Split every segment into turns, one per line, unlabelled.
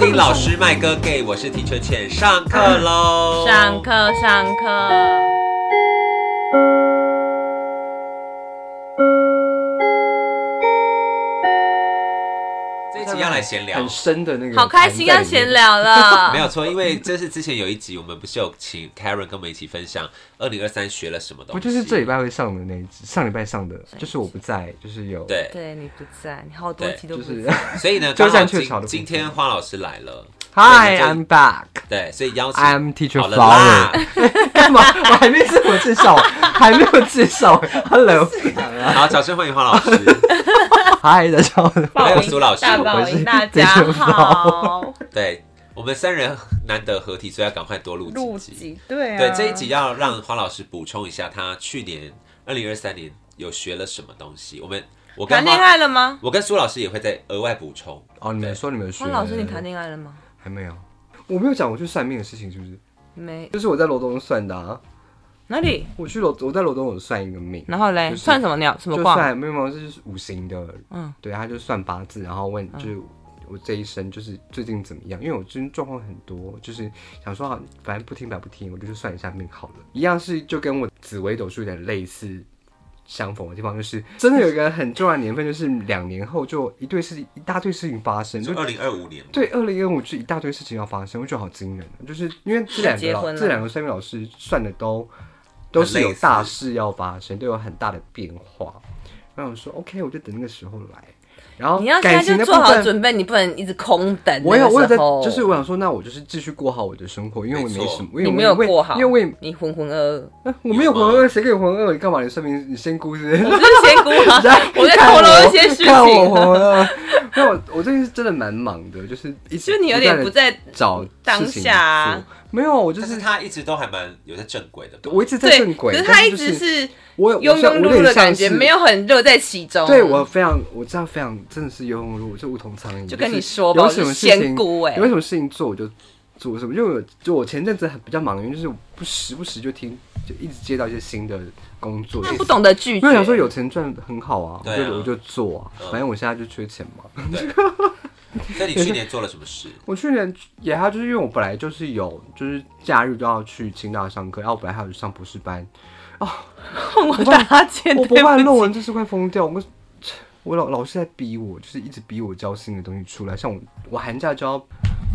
听老师麦哥给，我是 Teacher Chen，上课喽！
上课，上课。
嗯
这一集要来闲聊
很，深的那个，
好开心啊要闲。聊 了，
没有错，因为这是之前有一集我们不是有请 Karen 跟我们一起分享二零二三学了什么东
不
西？
就是这礼拜会上的那一集？上礼拜上的，就是我不在，就是有，
对，
对你不在，你好多
对
集都
就
不在。
是
所以呢，
鸠
刚好
占鹊
今
巢的部分
今天花老师来了，
Hi,
对
I'm back.
对，所以邀请
I'm Teacher
好了啦
Flower. 干嘛？我还没自我介绍，还没有介绍。Hello,
好，掌声欢迎花老师。
嗨，大家好。
还有苏老师
大报
我
应，
是
大家好，
对我们三人难得合体，所以要赶快多录
录
几集。
集对啊，
对，这一集要让花老师补充一下，他去年二零二三年有学了什么东西。我们我跟
谈恋
花，
爱了吗？
我跟苏老师也会再额外补充。
哦，你们说你们学
黄老师，你谈恋爱了吗？
还没有？我没有讲我去算命的事情，是不是？
没
就是我在罗东算的啊。
哪里？
我去罗，我在罗东有算一个命，
然后嘞，
就是
算什么鸟？什么
就
卦？
算没有没有，这就是五行的，
嗯
嗯，对，他就算八字，然后问就是我这一生就是最近怎么样，因为我最近状况很多，就是想说好，反正不听白不听，我就去算一下命好了。一样是就跟我紫微斗数有点类似。相逢的地方就是，真的有一个 很重要的年份，就是两年后就一对事情一大堆事情发生，就
就二零二五年，
对，二零一五是一大堆事情要发生，我觉得好惊人。啊就是因为这两
结
个
婚
老
了
这两个算命老师算的都都是有大事要发生，都有很大的变化。然后我说 OK，我就等那个时候来。然后
你要
感
现
情
在
的
就
部
做好
分，
准备，你不能一直空等。
我有我有在
那个时，候
就是我想说，那我就是继续过好我的生活，因为我
没
没
错
什么，因为
你
我
没有
因为
过好，
因为我也
你浑浑噩噩。
呃我没
有
有浑
吗
噩，谁给我浑噩？你干嘛？你算命，你仙姑是 不是？，
我就是仙姑啊我在透露一些事
看我
情
浑。噩， 因为我我最近是真的蛮忙的，就是一直
就你有
不断
点
地
不在
找
嗯当
事情
下啊
做，没有，我就
但是
是
他一直都还蛮有在正轨的吧。
我一直在
对，
正轨，
可是
但
他一
就
直是
呃我有
庸庸
我
碌
有
碌
点
的
像
感觉，
是
没有哦很乐在其中。啊
对我非常我知道非常真的是庸庸碌碌，就无头苍蝇。
就跟你
是
说吧
有
我
什么
是
事情
仙姑欸
有什么事情做我就做什么，因为我就我前阵子很比较忙，因为就是我不时不时就听就一直接到一些新的工作。
那不懂得拒
因为我想说
绝。
有钱赚很好啊，我
对啊
就我就做啊，
嗯
反正我现在就缺钱嘛。
那你去年做了什么事？
我去年也还就是因为我本来就是有，就是假日都要去清大上课，然后我本来还有去上博士班，
我打哈 欠，
我
对
不办论
不
文
起。
真是快疯掉，我我老老师在逼我，就是一直逼我交新的东西出来，像我我寒假就要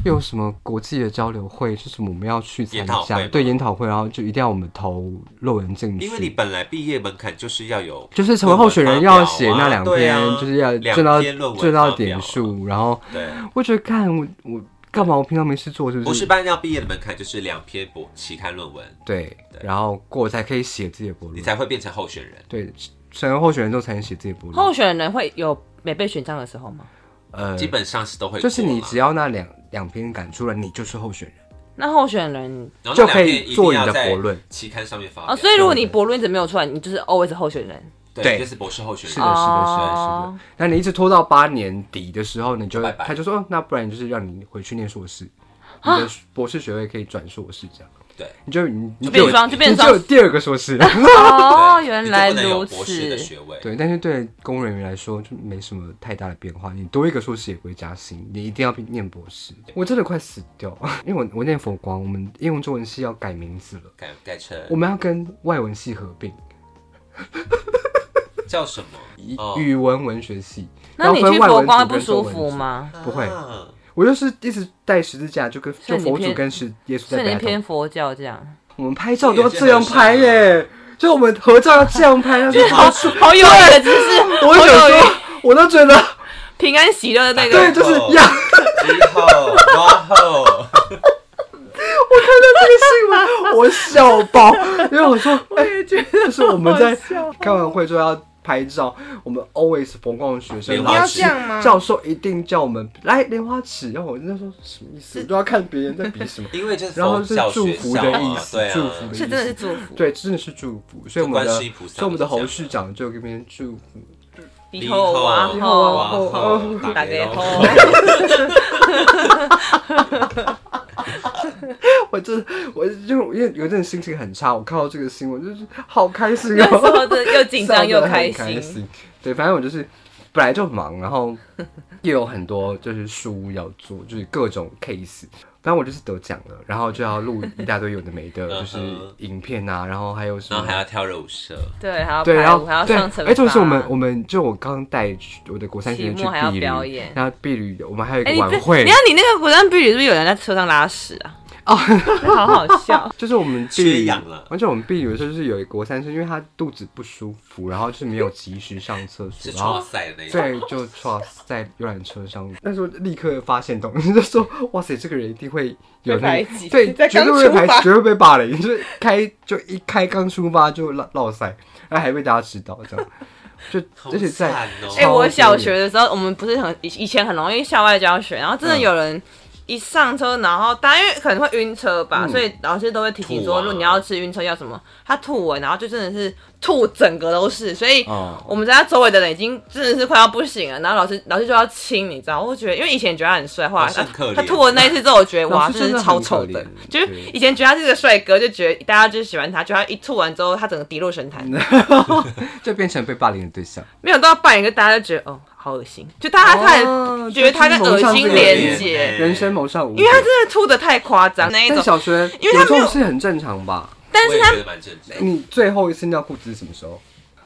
又有什么国际的交流会，就是我们要去参
研讨会
加
吗
对研讨会，然后就一定要我们投论文进去，
因为你本来毕业门槛就是要有，
就是成为候选人要写那两
对
篇，
啊
就是要
两
挣到
篇论文
挣到
发表
点
啊
数，然后
对。
我觉得看我我干嘛我平常没事做是不是？
博士班要毕业的门槛就是两篇博期刊论文，
对，然后过才可以写自己的博
你
论，
才会变成候选人。
对，成为候选人之后才能写自己的博论，
候选人会有没被选上的时候吗？
呃
基本上是都会过啦，
就是你只要那两两篇赶出来，你就是候选人。
那候选人
然后那两篇
就可以做你的
一
博论
定要在期刊上面发表。
哦，所以如果你博论一直没有出来，你就是 always 候选 人。
对，
对
就是博士候选人。
是的，是的，是的，
哦
是的。那你一直拖到八年底的时候，你就
拜拜
他就说，哦那不然就是让你回去念硕士，你的博士学位可以转硕士这样。
对，
你就你你
啊就变
有
双就变
你就
双
有第二个 硕士。
哦，
对
原来
你就不能有
如
博士的
此。
学位，
对，但是对公务人员来说就没什么太大的变化，你多一个硕士也不会加薪，你一定要念博士。我真的快死掉，因为我我念佛光，我们英文中文系要改名字了，
改改成
我们要跟外文系合并。
叫什么？
语
哦
语文文学系，
那你
然后
去
分外
佛
文
光
组
会
跟
不舒
中文
服
组？
吗？
不会
啊
我就是一直带十字架，就跟
所
就
以你
佛祖
偏
跟十耶稣
所
在
以你
battle
偏。佛教这 样，
我们拍照都要这样拍耶，就我们合照要这样拍，要是
好
好出。
好有一个只是
我
好
想
有
说，我都觉得
平安喜乐的那
对，
个，
就是呀，
之后，然后，
我笑爆，因为我说，哎，就是我们在开完会之后要拍照，我们 always 佛光学生
莲花
老
池
师
这
吗
教授一定叫我们来莲花池，然后我那时候什么意思，都要看别人在比什么。
因为就是
然后
佛
是
教
祝
学
福
校
的
啊
意思
对，啊，
祝福的意思，
是真的是祝福。
对，真的是祝福。所以我们
就
的，
观世音菩萨
所以我们的
嘛
侯市长就跟别人祝福。
以后啊
以
后
后
啊
往后
哦
打给
给
后
后，
我真，我就因为有阵心情很差，我看到这个新闻就是好开心
那时
哦，
候的又紧张
笑得
又
很
开
开
心。。
对，反正我就是本来就忙，然后又有很多就是书要做，就是各种 case。反正我就是得奖了，然后就要录一大堆有的没 的，就是影片啊，然后还有什
嗯然
么
后还要跳热舞社，
对，还要
对，然
排舞，
后
还要
对
上惩罚。
哎，就是我们我们就我刚带去我的国三学生
期
去
末还要
避
表
旅
演，
然后避旅我们还有一
哎
个
你
晚
这
会
你看，你那个古装避旅是不是有人在车上拉屎啊？哦， 好好笑。
就是我们避
缺
旅
氧了
而且我们避旅的时候就是有一个国三生，因为他肚子不舒服，然后就是没有及时上厕
是，
所然
超
后
赛的那一种。
对，就 trust 在游览车上，那时候立刻发现东西，就说哇塞，这个人一定会有那
被
个
排挤
对，
在
绝
刚
对会
出
排，
发
绝对被霸凌，就是开就一开刚出发就落落塞，然后还被大家知道这样，就
好
而且在
惨哦
哎、
超
我
丢
小
脸
学的时候，我们不是很以以前很容易校外教学，然后真的
嗯
有人一上车，然后大家因为可能会晕车吧，
嗯
所以老师都会提醒
吐
说，
啊
如果你要吃晕车药什么，他吐我，然后就真的是吐整个都是，所以
哦
我们在他周围的人已经真的是快要不行了，然后老师老师就要亲，你知道，我觉得因为以前觉得他很帅，后来
老师
他
很可怜
他吐我那一次之后，我觉得哇，
老师
真
真
的
的
是超
很
丑
可
的
怜，
就是
对
以前觉得他是个帅哥，就觉得大家就是喜欢他，就他一吐完之后，他整个跌落神坛。
嗯就变成被霸凌的对象，
没有到半夜，大家就觉得哦，好恶心，就大家看、
哦
觉得他跟恶心
就是蒙上这个
连接
脸，
人生谋杀无
因为他真的吐的太夸张那一
但
种。
小学
因为
有
他
这
没有
种事很正常吧？
但
我
是
也
他
觉得蛮正常。
你最后一次尿裤子是什么时候？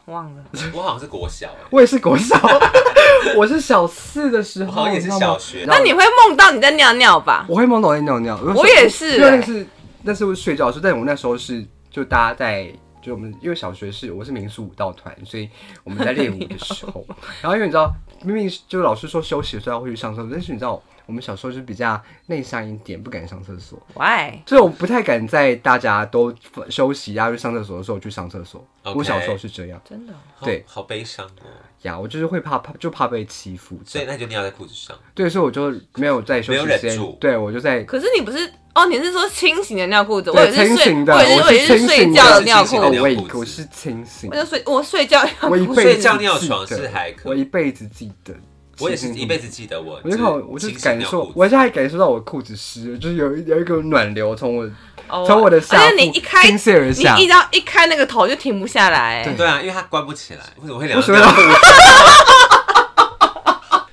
忘了，
我好像是国小哎，
我也是国小， 我是小四的时候，
我好像也是
你知道吗
小学
然
那
后
你会梦到你在尿尿吧？
我会懵懂在尿尿，我
我也是
因为那
欸
是那是我睡觉的时候，但我那时候是就大家在。就我们，因为小学是我是民俗舞蹈团，所以我们在练舞的时 候，然后因为你知道，明明是就老师说休息的时候要会去上厕所，但是你知道，我们小时候就比较内向一点，不敢上厕所，
喂，
所以我不太敢在大家都休息啊去上厕所的时候去上厕所。
OK
我小时候是这样
真的哦、
好
对
好悲伤哦。
呀，我就是会怕怕，就怕被欺负。
所以那你就尿在裤子上，
对，所以我就没有在休
没有
息时
忍
间
住，
对我就在
可是你不是哦？你是说清醒的尿裤子？我
对
也是
清
睡，
醒的
我也是
我是
也是
清醒的
睡觉的尿裤
我是
哦
清醒
子，
的
我也
裤子
我是清醒
我，就睡我睡觉尿
我一
裤
辈
子。
子
睡觉尿
记
床是
得
还可以
我一辈子记得，
我也是一辈
子。
子记得我。
我就看我，我就
清醒
感
尿
受
裤，子
我现在感受到我裤子湿了，就是有一有一股暖流从我
哦
从我的下
而
腹
且你一开，
倾泻而下
你一到一开那个头就停不下来。
对
对啊，因为它关不起来，为什么会聊
为什
到
么要
尿？
我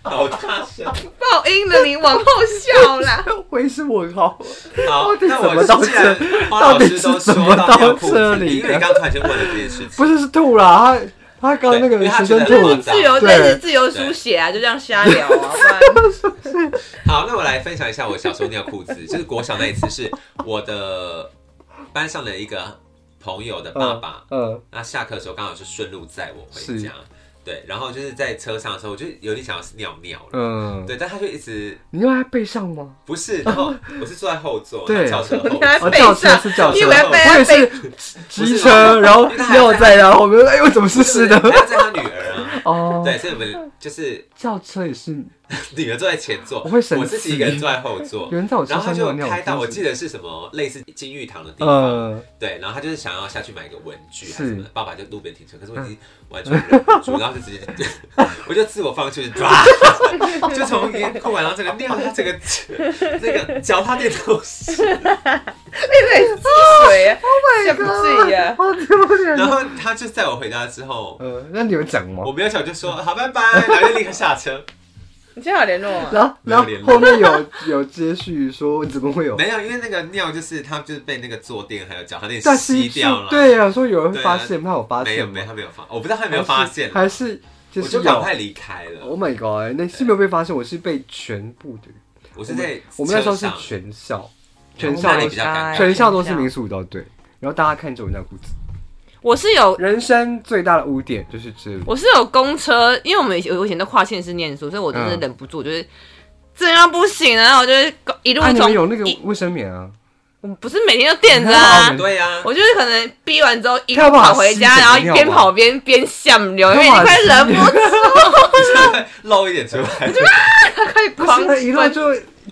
好大声！
爆音了，你往后笑啦。
为是我靠？
好
到，底
那
怎么
我
到
既然
这
花老师都
到底是怎
说
么
到尿裤
到这
子，
里
因
的
为你刚刚突然间问了这件事情，
不是是吐啦，他他刚刚
对
那
因
个
为他觉
学生
得
吐
很
了
肮，脏
自由，
对
但是自由书写啊，就这样瞎聊 啊。不然
好，那我来分享一下我小时候尿裤子，就是国小那一次，是我的班上的一个朋友的爸爸，
嗯，
那下课的时候刚好就顺路载我回
是
家，对，然后就是在车上的时候，我就有点想要尿尿了，
嗯，
对，但他就一直
你用在背上吗？
不是，然后我是坐在后 座，
对
他轿车后
你还
座，
哦，
背
轿
上
车是轿车，
你以
我
为
背在
也是机车，然后尿在然后我们哎呦怎么湿湿的？
他载他女儿啊，
哦，
对，所以我们就是
轿车也是
女儿坐在前座，
我会生气
自己一个人坐在后座
有。人在我车
然后他
上尿
就
尿，
开到，我记
得，
得是什么类似金玉堂的地方，
呃，
对，然后他就是想要下去买个文具还
是嗯
是什么的，爸爸就路边停车，可是我已经完全忍不 住，然后就直接，我就自我放弃，抓，就从一个裤管，然后整个尿到这个这个脚踏垫都是，
Oh
水啊， 下不去呀。
好丢脸
然
啊。
后他就载我回家之后，
呃，那你有讲吗
我？没有想就说好拜拜，然后就立刻下 车，
你现在有联络啊吗？
然后，
没
然
有联络
后后面有有接续说怎么会有？
没有，因为那个尿就是他就是被那个坐垫还有脚踏垫
在
吸
住
掉了，
对呀，说有人会
对啊
发现，怕我发
没
现
有
吗
没有，他没有发，我不知道他有没有发现，
还是其
我
实
就赶
有
快离开了，
？Oh my god，那是没有被发现，我是被全部的，
我是在
我们那时
车
候是
上
全
哦
校，
然
全
后
校
那里
都是
比较尴尬
全校都是民宿舞蹈队，然后大家看着我尿裤子。
我是有，
人生最大的污点就是这
我是有公车，因为我们以前我以前都跨县市念书，所以我真的
嗯
忍不住，就是真的要不行了，然后我就是一路
啊，你
从
们有那个
一，
卫生棉啊？
我不是每天都垫着
啊
啊
你。
对呀、
我就是可能逼完之后一
要
路
不然
跑回家，
吸
然后
整个
边
尿吧
跑边边想流，因为
要
你
不然
快忍不
吸
住了，
露一点出来。
快
不
狂
是，那一路就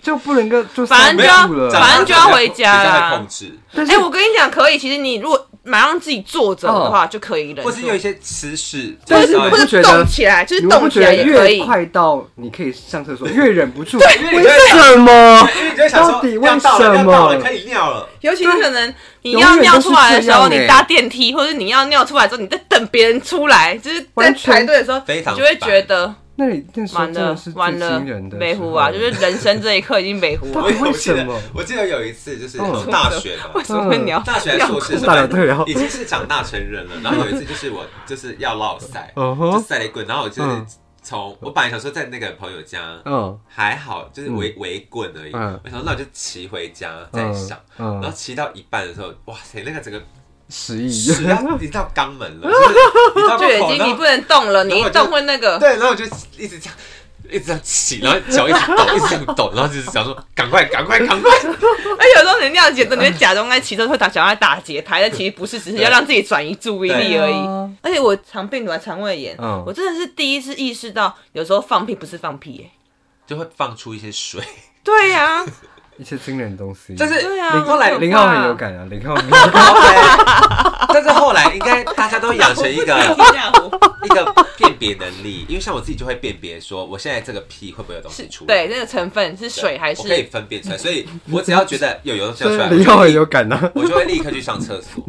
就不能够就
反正就要
散步了。
长大反正就要回家啦
比较会控制，
但
哎、
是
我跟你讲，可以。其实你如果马上自己坐着的
哦
话，就可以忍住。
或是有一些姿势，
或
但
者
是
是
你
或
不
者
觉得
动起来，就是
你们
动
不
起
觉
来
得
也可
越
以。
快到你可以上厕所，越忍不住？
因为
为
你就会想
什么？
因为你就会想
到
说，
底为
要到了，
什
要
么
到了，可以尿了。
尤其是可能你
永
要
远
尿
都
出
是
来的
这
时候，
样欸
你搭电梯，或者你要尿出来之后，你在等别人出来，就是在
完全
排队的时候，
非
你
常
就会觉得
那你那时候
完
真
了
的是最
完了
惊人，的
北
时
湖
候
啊，就是人生这一刻已经北 湖
到
了。
我
底
有
为
我记
什
得
么？
我记得有一次就是
嗯
我大学嘛，
为什么你要
大学还硕士的时
大了
候，
退了
已，经是长大成人了。然后有一次就是我就是要落赛，
嗯
就
哼，
赛了一棍，然后我就是
嗯
从我本来想说在那个朋友家
嗯
还好，就是围围棍而已。
嗯
我想说那我就骑回家再
嗯
上，然后
嗯，
骑到一半的时候，哇塞，那个整个
十亿，
屎要淋到肛门了，就是淋到
就已
口，然
经你
后
不能动了，你
然后
一
我就
动会那个。
对，然后我就一直这样。一直这样骑，然后脚一直抖，一直这样抖，然后就是想说赶快，赶快，赶快，
而哎且有时候你尿节奏，你会假装在骑车会打小孩打节拍，但其实不是，只是要让自己转移注意力而
对
已
啊。
而且我肠病毒还肠胃炎，
嗯
我真的是第一次意识到，有时候放屁不是放屁耶、
就会放出一些水。
对呀、
一些惊人的东西。
但是
对啊
后来
我
零号很有感啊，零号很有感
后来， 但是后来应该大家都养成一个 一个辨别能力，因为像我自己就会辨别说，我现在这个屁会不会有东西
是
出来，
对那个成分是水还
我可以
是？
分辨出来，所以我只要觉得有有东西要出来，
零号很有感啊。
我就会立刻去上厕所。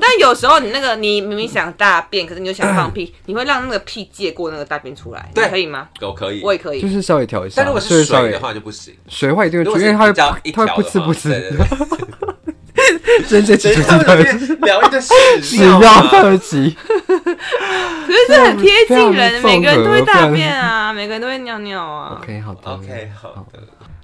但有时候你那个你明明想大便，可是你又想放屁，你会让那个屁借过那个大便出来，你
对
可以吗？
我可以
我，也可
就
以。
是稍微调一下，
但如果
就是稍微
水的话就不行。
水的话一定会
如
出，
果
因
是
为它
比较一
会它
条
会
的话，
不吃不
对
吃，
对 对
真这几
等一
出
下
它
我这
会
边聊一个 屎
屎尿
啊
特辑，
可是这很贴近人，
非
每
常非常
个人都会
非
大
常
便啊，每个人都会尿尿啊。
OK，好的
OK，好的，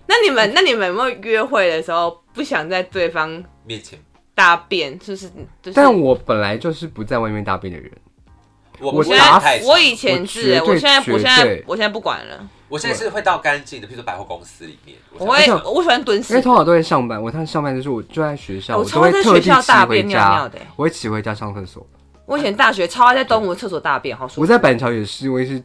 那你们那你们有没有约会的时候不想在对方
面前
大便，是不是？就是、
但我本来就是不在外面大便的人，
我
我
不
我现
会打太
在
长
我以前是、
我绝对
我现在我现
绝
在
对
我现在不管了，
我现在是会到干净的，譬如说百货公司里面，
我
才
会
而且
我喜欢蹲
因为
屎。
通常都会上班。我他上班就是我就在学校，
我
我
超
都
会
会
哦在
特
学
地
校
骑
大
回
便尿尿
家
的欸，
我会骑回家上厕所。
我以前大学超爱在东吴厕所大便，好舒服。
我在板桥也是，我也是，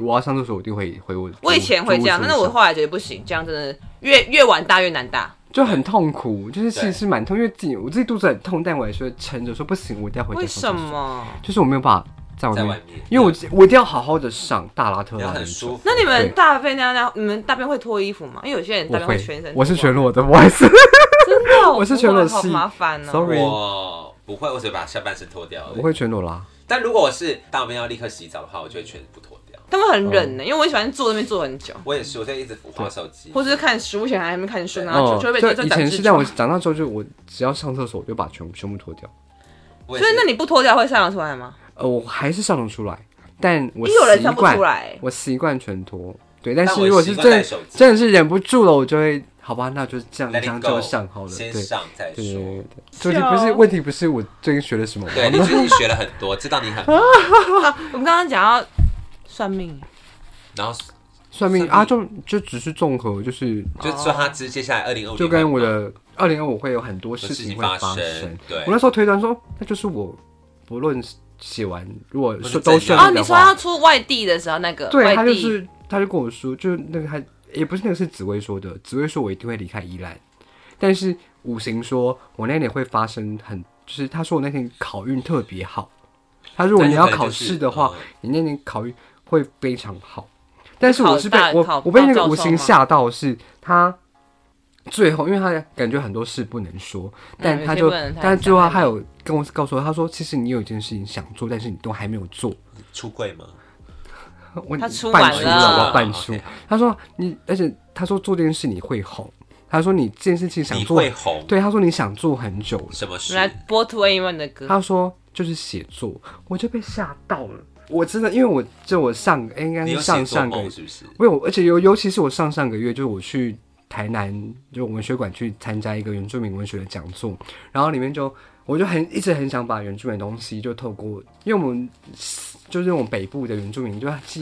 我要上厕所我一定会回我。
我以前会这样，
住
但
宿
是我
舍
后来觉得不行，这样真的越越晚大越难大。
就很痛苦，就是其
对
实是蛮痛，因为自己我自己肚子很痛，但我还是会撑着说不行，我一定要回家。
为什？么？
就是我没有办法在外
在
面，
外面啊
因为我我一定要好好的上大拉特
你
拉
要
那种
很舒服。
那你们
对
大便尿尿，你们大便会脱衣服吗？因为有些人大
我
便会全身，啊
我是全，裸的， 不好意思。
真的，
我是
不
全裸
会好
系
麻烦哦。
Sorry
我不会，我只会把下半身脱掉而已。
我会全裸啦，
但如果我是大便要立刻洗澡的话，我就会全部脱掉。
他们很忍呢、因为我喜欢坐那边坐很久，
我也是，我在一直划手机，
或者是看书，以前还没看书，然后
哦
就，就会被
就
就
以
长
前
痔
是，但我
疮
长大之后就我只要上厕所我就把全部全部脱掉，
我也
所以
是
那你不脱掉会上得出来吗？
呃，我还是上得出来，但我
也有人
习
上不
惯
出来
我习惯全脱，对，但
但
是
我
如果
习
是
惯
真
戴
的
手机
真的是忍不住了，我就会好吧，那就这样
Let
这
it
样
go，
就上好了，对
先。上再
对对
说。
对对，问题不是问题不是我最近学了什么吗，
对，你最近学了很多，知道你 很，
我们刚刚讲到算命，
然后
算命
算命
啊，就就只是综合，就是
就算他之接下来二零二五，
就跟我的二零二五会有很多事情会
有事
发
情发生
生。
对
我那时候推断说，那就是我不论写完，如果
是
说都
怎
顺
样
哦，
利
你
的
说要
话，
出外地的时候，那个
对
外
他就
地，
是他就跟我说，就是那个他也不是那个是紫薇说的，紫薇说我一定会离开宜兰，但是五行说我那年会发生很，就是他说我那天考运特别好，他说如果你要考试的
哦
话，
嗯
你那年考运会非常好。但是我是被
考大考
我我被那
考
个
教
无
授
形
吗
吓到，是他最后，因为他感觉很多事不能说，但
嗯有
他
些
就
不能太
但最后
讲
他有跟我告诉我，他说其实你有一件事情想做，但是你都还没有做。
出柜吗？
我
他出
半
完
出
了
好不好半出
哦 OK，
他说你，而且他说做这件事你会红，他说你这件事情想
你
做
会，红，
对，他说你想做很久了。
什么
我
事
们？来播 Two A One 的歌，
他说就是写作，我就被吓到了。我真的，因为我就我上哎应该
你
是
有
上
写作
上个
梦是不是？
我有，而且尤尤其是我上上个月，就是我去台南，就文学馆去参加一个原住民文学的讲座，然后里面就我就很一直很想把原住民的东西，就透过，因为我们就是那种北部的原住民，就是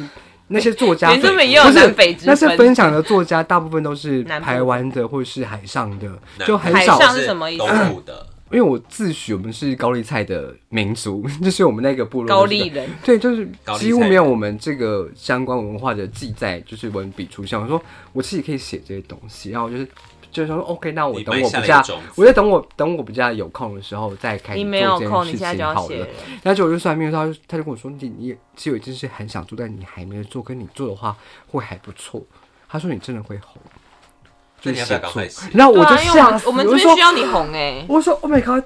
那些作家，
原住民也有
不是
南北之
那些
分
分享的作家，大部分都是
南部
台湾的或者是海上的，
南
就很
海
少。
上是什么意思
东部的，
因为我自诩我们是高丽菜的民族， 就是我们那个部落
高
就是
丽人，
对，就是
高丽
几乎
菜
没有我们这个相关文化的记载，就是文笔出现。我说我自己可以写这些东西，然后我就是就是说 OK，那 我
你
等
埋
我
下了
不假
一种，
我就等我等我比较有空的时候再开始
你
做
没有
这
空，
件
你
事
现在就
情
要
好
写
了
了。。
那就我就算命的时候，他就他就跟我说，你你只有一件事很想做，但你还没有做，跟你做的话会还不错。他说你真的会红，
那
就
你
是
要不要
写
赶
作
快。写？
然后我
对啊，因
就
为我
吓
们
死，
我们这
就
边
说
需要你红哎、
我就说 Oh my god，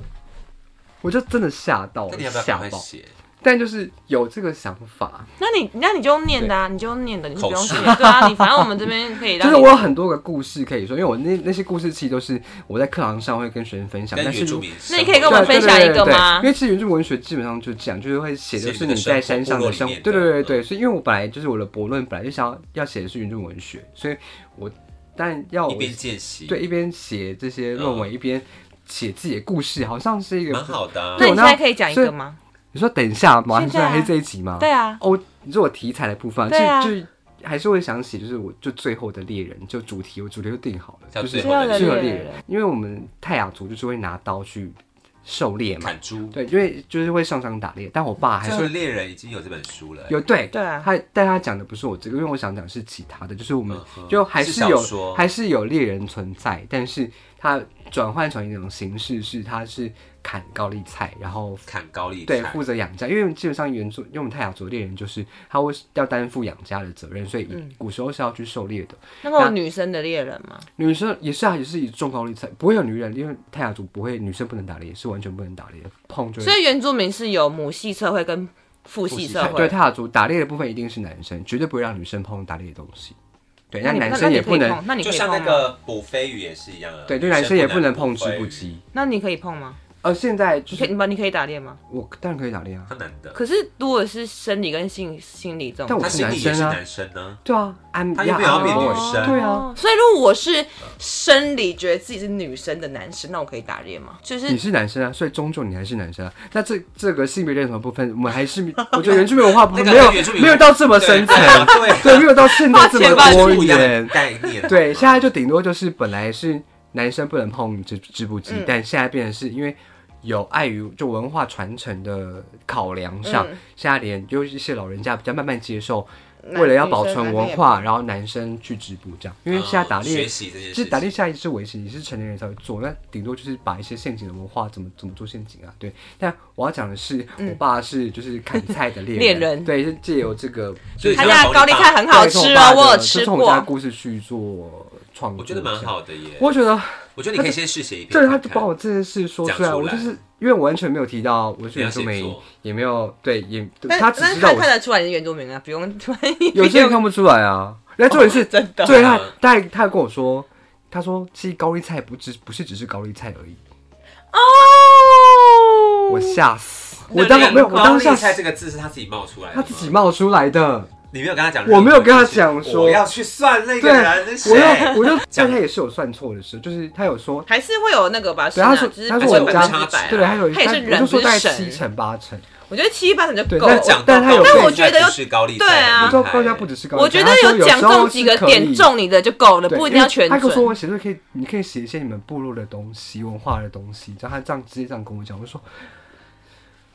我就真的吓到
那
了
你要不要赶
吓
快
到。
写？
但就是有这个想法，
那你那你就念的啊，你就念的，你就不用写。对啊，你反正我们这边可以
就
让
是
你。
我有很多个故事可以说，因为我那那些故事其实都是我在课堂上会跟学生分享，
跟
但
原
是
住
如
民生活，
那你可以跟我们
对
分享
对
一个
对对
吗
因为其实原住民文学基本上就这样，就是会写的是你在山上的生活
写。你的
对
生活部落里
对对
面的
对，所以因为我本来就是我的博论本来就想要要写的是原住民文学，所以我但要我
一边见习，
对，一边写这些论文，一边写自己的故事，好像是一
蛮
个。
好的啊
那
对。
你现在可以讲一个吗？
你说等一下吗？
现
你
在
说
啊
还是这一集吗？
对啊，
哦，你说我题材的部分，就
对啊
就是还是会想写，就是我就最后的猎人，就主题我主题就定好了，
叫
就是
最后的
最后
猎
猎
人
人，因为我们泰雅族就是会拿刀去狩猎嘛，
砍猪，
对，因为就是会上山打猎，但我爸还
还
是
是
会
猎人已经有这本书了，
有对
对啊
他但他讲的不是我这个，因为我想讲是其他的，就是我们
嗯哼
就还
是
是
小
有
说
还是有猎人存在，但是他转换成一种形式是他是砍高丽菜，然后
砍高丽
对，
菜
负责养家，因为基本上原住，因为我们泰雅族猎人就是他会要担负养家的责任，所以以古时候是要去狩猎的。
那个有女生的猎人吗？
女生也是啊，也是以种高丽菜，不会有女人，因为泰雅族不会，女生不能打猎，是完全不能打猎的，碰就
所
会。
以原住民是有母系社会跟父系社
对
会。
泰雅族打猎的部分一定是男生，绝对不会让女生碰打猎的东西。对，
那
那
你
男生也不
那你可以
能
碰，那你可
就
以
像
碰
那
吗？
个捕飞鱼也是一样啊，
对对，
女
男生也不能
捕
碰织
飞
不
鱼，
鸡。
那你可以碰吗？
呃，现在就
你可以，
是
你把你可以打猎吗？
我当然可以打猎啊，
他男的，
可是如果是生理跟性心理这
但
种，
我
他
是
心里也
男
是
生啊
男生呢，
对啊，I'm
他又
yeah,
没有要
I'm
变女
boy
生
对啊，
所以如果我是生理觉得自己是女生的男生，那我可以打猎吗？就是
你是男生啊，所以终究你还是男生啊。那这这个性别认同的部分，我们还是我觉得原住民文化部分
那
没
个
有
原住民
没有到这么深层，
对 啊
对，没有到现在这么
抱
多
不一样的
元。
概 念，
对，现在就顶多就是本来是男生不能碰织织布机
嗯，
但现在变成是因为有碍于就文化传承的考量上
嗯，
现在连就是一些老人家比较慢慢接受，
男
为了要保存文，
女生男生也
化，然后男生去织布
哦
这样，因为现在打
嗯
猎
学习这件
就
事
打猎
情，
下一是维持，你是成年人才会做，那顶多就是把一些陷阱的文化怎么怎么做陷阱啊，对。但我要讲的是，我爸是就是砍菜的猎
嗯 猎人
对，是借由这个，
所以
他
你
家
要
的
考
哎高
虑
丽
到
菜很好
对
吃
从我爸
哦，我有
的
吃
就从我家的
过。
故事去做创作，
我觉得蛮。好的耶，
啊我觉得，
我觉得你可以先试写一篇
对，
看
他
看，
就把我这件事说出来，
讲出
我
来
就是因为我完全没有提到我是
你要
原住
写
民
作，
也没有对，也
但
他只
但
知道
看
我
看得出来你是原住民啊，不用突然
有些人看不出来啊。
哦
那重点是，
真的
对他，
啊
他还他还跟我说，他说其实高丽菜不只不是只是高丽菜而已，
哦。
我吓死，
那
我当
那个
没有，我当
高
下
丽菜这个字是他自己冒出来的
他
吗，
自己冒出来的，
你没有跟他讲任何事情，
我没有跟他讲说
我要去算那个
对
人是，
我
谁，
就我就，
讲
但他也是有算错的事，就是他有说，
还是会有那个吧，
对他
是
说
啊就是
他
不
说
是
我
百
家
分之百啊，
对，他有
他也是
我
人，
就
不
说
是
大概七
神。
成八成，
我觉得七八成就
对
够
但
了。
讲到
但他有
高丽
但我觉得
菜不是高丽菜，
对啊
我
很
知道
厉害
高丽菜不只是高丽菜，
我觉得
他说有
讲
时候
中
是
几个
可
点
以
中你的就够了，
对
不一定要全
因为他跟我说，我
准。
写作可以，你可以写一些你们部落的东西、文化的东西。然后他这样直接这样跟我讲，我就说，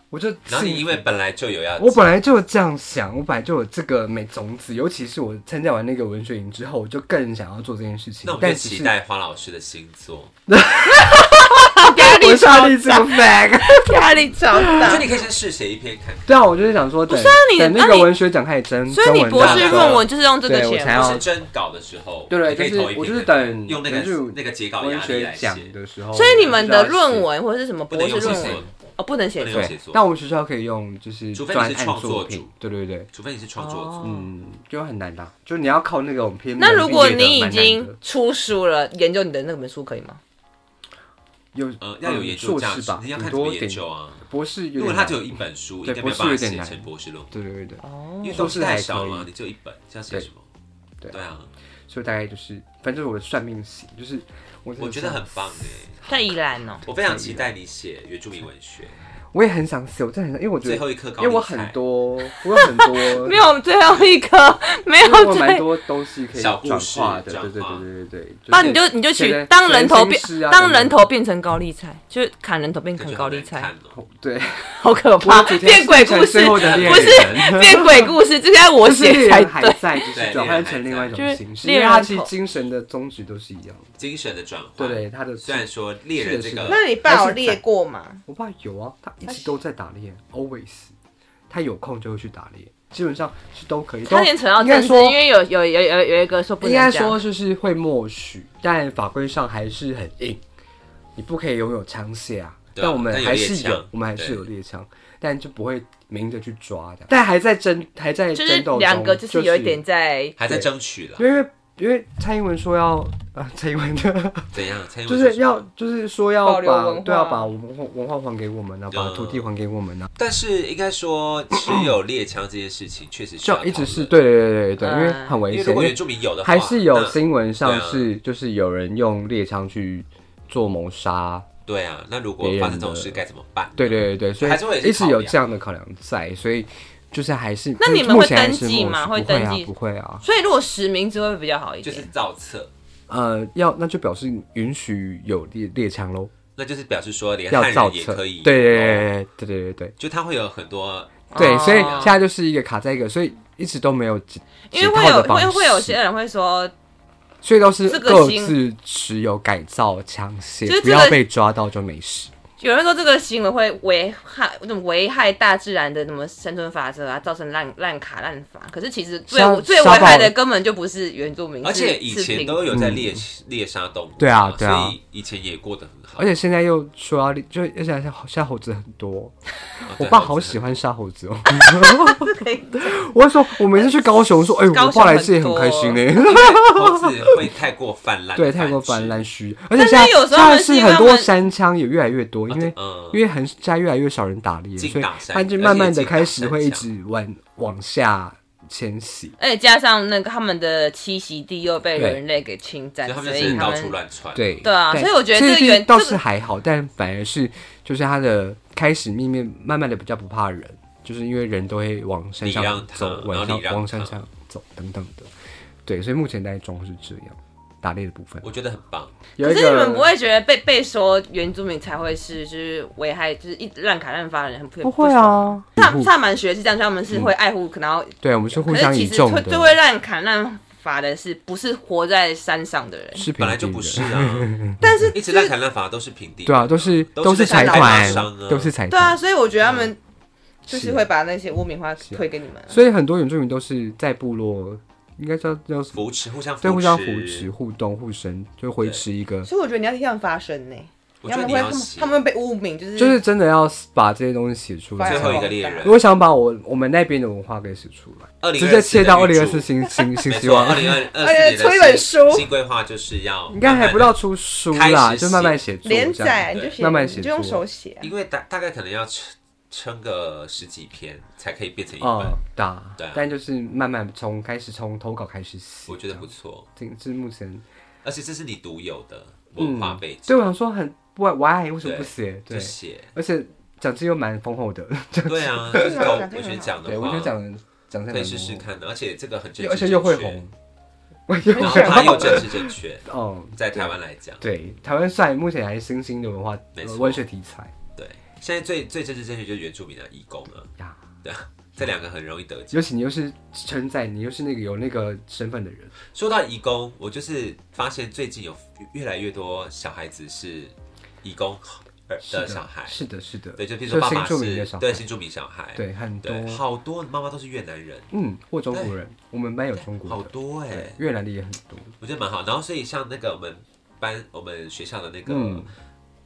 我就
然后
自
你
己
因为本来就有要，
我本来就有这样想，我本来就有这个美种子，尤其是我参加完那个文学营之后，我就更想要做这件事情
那我。们
但
就
只
期
是
待花老师的新作，
压力
我
超
下立这个 flag，
大，压力超
我觉
大
得。你可以先试写一篇看看。
对啊，我就是想说等，
是啊你
等
那
那
你
个文学奖开始征，
所以你
征文
博士
大
论
纲
文就是用这个
对我
写
才
吗
要
不是征稿的时候，
对对
你可以
就是
投一篇
我就是
那个
等
用那
原住
个那个截稿
文
压力
学
来
奖
写，
的时候，
所以你们的论
文。
文或者是什么
不
博
能
士
用写
论
作
文，哦，不能写
不能
作
用
对，
写作
但我们学校可以用，就是
除非
专
你是
案
创作
品
主，
对对对，
除非你是创作者。
哦
嗯，就很难啦，就你要靠那种偏门
那如果
毕业的
你已
蛮难
经
的
出书了，研究你的那本书可以吗？
有
呃，要有研究
嗯硕
价
士
值
吧，，
你要
很
看怎么
多
研
点
究啊。
博士有
如果
点
他
难，
只有一本书，
对
应该没有办
博士
法
有
写
点难
成博士论文，
对对对对，
哦
因为东西太少
硕士还
了，
可
你只有一本，这样写什么？
对
对啊，
所以大概就是，反正我的算命型就是我真的
我觉得很
想
棒哎，
在宜兰哦，
我非常期待你写原住民文学。
我也很想写，我真的很想，因为我觉
最后
得，
一颗高丽
因
菜，
为我很多，我有很 多
没。有最后一颗， 没
因为我
有
蛮
最。
多东西可以
小
转
故事
化的，
转
对对
化
对对对对。
那你就你就
写
取
的
当人头变
全新诗啊
当
等等
人头变成高丽菜，就是砍人头变
感
成
觉
高
好
丽
难
菜
看，哦。
对，
好可
我
怕！
的主
啊
题
变鬼
是
故事
最后的恋
不是
人
变鬼故事，这个要我
就是猎
写才
人还
对。
在，就是转换成另外一种形式，
对猎
因为
人
它
还在
其实精神的宗旨都是一样的。
精神的转换。
对对，他的
虽然说猎人这
是的是
个
的
你有过吗？
我爸有啊，他一直都在打猎，always，他有空就会去打猎，基本上是都可以。
差点扯到
应该
政治，
说
因为有有有有有一个说不
应
能
该
讲
说，就是会默许，但法规上还是很硬，你不可以拥有枪械啊。
对啊
但我们
但有
还
猎
是有
枪，
我们还是
对
有猎枪，但就不会明着去抓的。但还在争，还在
就是
争斗中，
两个就是有一点
就
在
还在争取了
是，，因为因为蔡英文说要啊，蔡英文的
怎样？蔡英
就
文
是
说
要就是说
保
要
留文
把
化
对要把文化文化还给我们啊，把土地还给我们啊，
但是应该说持有猎枪这件事情确实需
就
要
一直是
讨论，
对对对对对，
嗯
因为很
因为
危
如
险，因
果原
为
住民有的话，
还是有
那
新闻上
对啊
是就是有人用猎枪去做谋杀，
对啊，那如果
别人
发生这种
的
事该怎么办？
对对对对，所
还是会有一
以
些
一直有这样的考量在，所以就是还是
那你们
目前还
会
是
登记
默
吗
许
会
不会
登
啊
记，
不会啊，
所以如果实名制会比较好一
就
点，
是造册，
呃，要那就表示允许有猎猎枪喽，
那就是表示说连汉
要造
人也
册，
可
对
以，哦
对对对对对对
就他会有很多
对，
哦
所以现在就是一个卡在一个，所以一直都没有几
因为
几
会
套
有
的方
会
式
会有些人会说，
所以都是
这个
各
新
自持有改造枪械，
就是这个
不要被抓到就没事。
有人说这个行为会危害什么危害大自然的什么生存法则啊，造成烂烂卡烂法。可是其实最
像
最危
沙
害
暴
的根本就不是原住民，
而
是
且以
是
前
平
都有在猎猎杀动物嘛，
嗯对啊对啊
所以以前也过得很好
而。且现在又说要立，就而且现在杀猴子很多，
啊
我
对
爸
猴
好
子
喜欢杀猴子 哦。
可以
我会说，我每次去高 雄，说哎，
高雄
我爸来吃也很开心呢。
猴子会太过泛滥，
对，泰国泛滥，虚，而且
但是
现在
有时候
现
他
在
们是
是
因为
很
他
多
们啊
山枪也越来越多，因为
嗯，
因为很现在越来越少人打猎，
禁
所以
打山
它就
而且
慢慢的
禁打
开始
山
会一
枪
直往往下迁徙。
而且加上那个他们的栖息地又被
对
人类给侵占
所以，他
所
们
以
是
他
到处
们
乱窜，
对
对啊所以我觉得这个
这
原
倒
这
是
个
还好，但反而是就是他的开始面面慢慢的比较不怕人，就是因为人都会往山
礼让
上
他
走，
然后
往
礼
上
让
往
他
山上走等等的。对，所以目前大概状况是这样，打猎的部分
我觉得很棒。
有
可
一
是你们不
个。
会觉得被被说原住民才会是就是危害就是一烂卡烂发的人很不
不会。啊，
萨萨满学是这样，就他们是会爱护，可能要
对，我们是互
可
相
是
倚
其实
重
会
的，
最会烂砍烂法的是不是活在山上的人？
是平
本来就
地
不
人
是 啊，
但是
一直在砍烂法都是平地，
对啊，都是
都是
是财
在
团
台湾啊，
都是财
对啊，
团，
所以我觉得他们就是
是
会把那些污名化推给你们啊。
所以很多原住民都是在部落，应该叫叫什么
扶持互相
对互相扶持、。互动、互生，就维持一个，
所以我觉得你要替他们发声呢，
我觉得
要
你
不然
要
会
写
他们会被污名，就是
就是真的要把这些东西写出
发
来
扬
最。后一
光
个猎
大
人
如果想把我我们那边的文化给写出来，
二零
直接切到二零二四
新，
新 新新
没
希
错，二
望，
零 二
哎
二四年的
出一本书
新规划就是要
应该还不
慢慢
到出书啦，
开始
就慢慢写作
连
这样
载，你就写，
慢慢写
你就用
作
手写啊
地，因为大大概可能要撑撑个十几篇才可以变成一
哦
本，，
打
对啊，
但就是慢慢从开始从投稿开始写，
我觉得不错，
这样这是目前
而且这是你独有的文化背景，
对我想说很不我爱为什么不
对
写？嗯对
就，写，
而且讲这又蛮丰厚的，
对啊，就是
对啊
高
讲得
我觉得
很好
讲的
对我
话
觉得讲讲这
可以
蛮
试试
丰
看的，而且这个很
厚
正确，
的，而且又会红， 我又
然后它又政治正确，
哦，
在台湾来讲，
对台湾算目前还是新兴的文化呃
没错
文学题材
对，现在最最政治正确就是原住民的义工啊，
呀，
这两个很容易得奖。
尤其你又是称赞你又是那个有那个身份的人，
说到义工，我就是发现最近有越来越多小孩子是义工儿
是
的
的
小孩，
是的，是的，
对，就比如
就
说爸
新
爸
住民的
是
小孩
对新住民小孩，
对很多
对，好多妈妈都是越南人，
嗯，或中国人，我们班有中国
好
人，
多哎、
对，越南的也很多，
我觉得蛮好。然后所以像那个我们班我们学校的那个。
嗯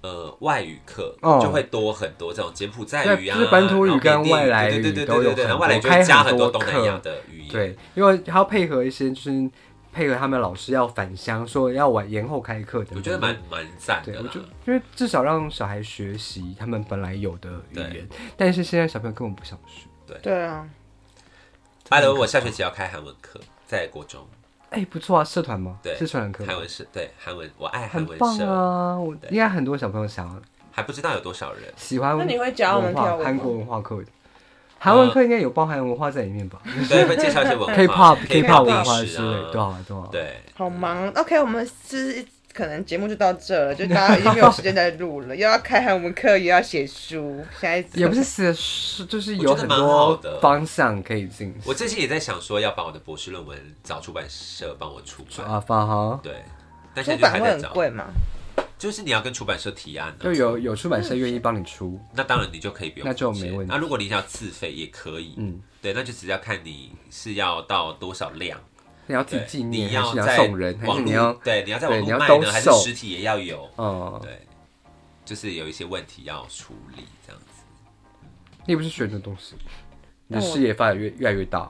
呃，外语课、
哦
就会多很多这种柬埔寨
对
语啊，
就是本土语
然后缅
跟
甸
外来
对对对
语
对
都有
对对，然后
很
外来语
多
就会
开
加
很
很
多
东南
课
亚的语言，
对，因为还要配合一些就是配合他们老师要返乡，说要晚延后开课等等，
我觉得蛮蛮赞
对，
的
我
啦。
就因为至少让小孩学习他们本来有的语
对
言，但是现在小朋友根本不想学。
对啊，
拜伦，我下学期要开韩文课，在国中，
哎、不错啊，社团吗？
对
是社团课吗，
韩文社对韩文，我爱韩
很
文
棒
社，
啊！我应该很多小朋友想要
还不知道有多少 人。
喜欢文
那
化。
你会教我们跳舞吗
韩国文化课的？韩文课应该有包含文化在里面吧
对，会介绍一些文化
？K-pop、K-pop 文化
历
之
史
类，对
啊，
啊，对啊。
对，
好忙。OK，我们是可能节目就到这了，就大家已经没有时间再录 了，又要开韩文课，又要写书，现在
也不是写是，就是有
我觉
很
得蛮好
多
的
方向可以进行
我最近也在想说要把我的博士论文找出版社帮我出版，
啊，发哈，
对，但
出
现在就
版
还
会
在
很
找，
贵嘛？
就是你要跟出版社提案
就
呢，
有有出版社愿意帮你出，
那当然你就可以不用
那就
付钱
没问题
那如果你想要自费也可以，
嗯，
对，那就只要看你是要到多少量，
你要自己
对，
纪念，
你
还是
在
送人，还
网
是
络
你要
对，你要在网
对你
络
要
卖
兜
呢，还是
售
实体也要有？
哦，
对，就是有一些问题要处理这样子。
你不是学的东 西，你
那
的
我
视野发展越越来越大。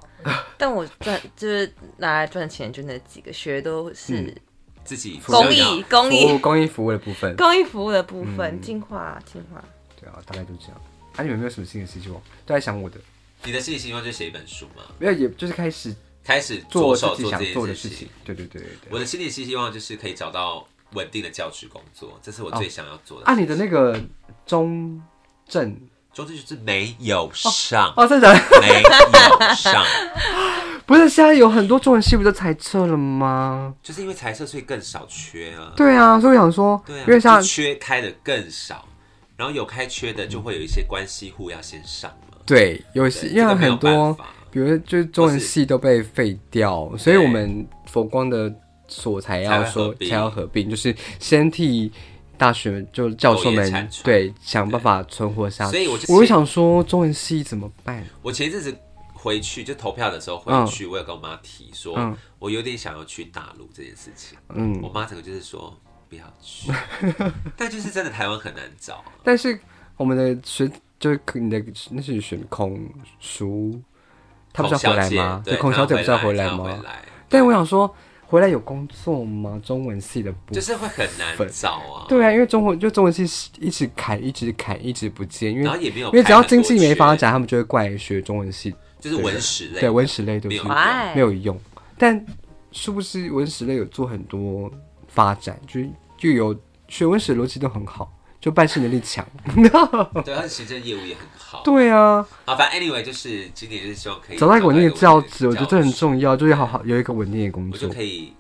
但我赚就是拿来赚钱，就那几个学都是
自己
公益、公
嗯服务嗯
益、
公益服务的部分，
公益服务的部分，进化、进化。
对啊，大概就这样。啊，你们有没有什么新的希望？都在想我的，
你的自己希望就写一本书嘛，
没有，也就是开始
开始
做
着手
自己
做
想
这
做
件
的
事
事
情
情。。对对对对啊对。
我的心里是希望就是可以找到稳定的教职工作，这是我最想要做的。
啊，你的那个中正
中间就是没有上，
哦，站长，
没有上，
不是现在有很多中文系不都裁撤了吗？
就是因为裁撤所以更少缺啊。
对啊，所以我想说，
对啊，
因为像
就缺开的更少，然后有开缺的就会有一些关系户要先上嘛。
对有
对
些因为
这个没有
很多
办法，
比如说就是中文系都被废掉，所以我们佛光的所才要
才会
说
合并
才要合并，就是先替。大学就教授
苟延
们
残喘
对想办法存活下去，
所以我就
我就想说中文系怎么办？
我前一阵子回去就投票的时候回去，我有跟我妈提说，
嗯
我有点想要去大陆这件事情。
嗯
我，妈整个就是说不要去， 但就是真的台湾很难找啊、
但是我们的学就是你的那是选孔叔，他不是要回来吗？
对，
孔小姐不是要
她回
来
她
吗
回？来
但我想说，回来有工作吗？中文系的部分
就是会很难找啊。
对啊，因为中文就中文系一直砍，一直砍，一直不见，因为
然后也没有
因为只要经济没
开很多
发
缺，
展，他们就会怪学中文系，
就是文史类的，
对文史类都
没
是
有
用
啊
Why？
哎
没有用。但是不是文史类有做很多发展，就是就有学文史逻辑都很好，就办事能力强。
哦对，而且行政业务也很好。
对啊，
啊，反正 anyway 就是今年就是希望可以
找到一个稳定的教职，我
我
觉得这很，重要，就是好好有一个稳定的工
我就
作，
可以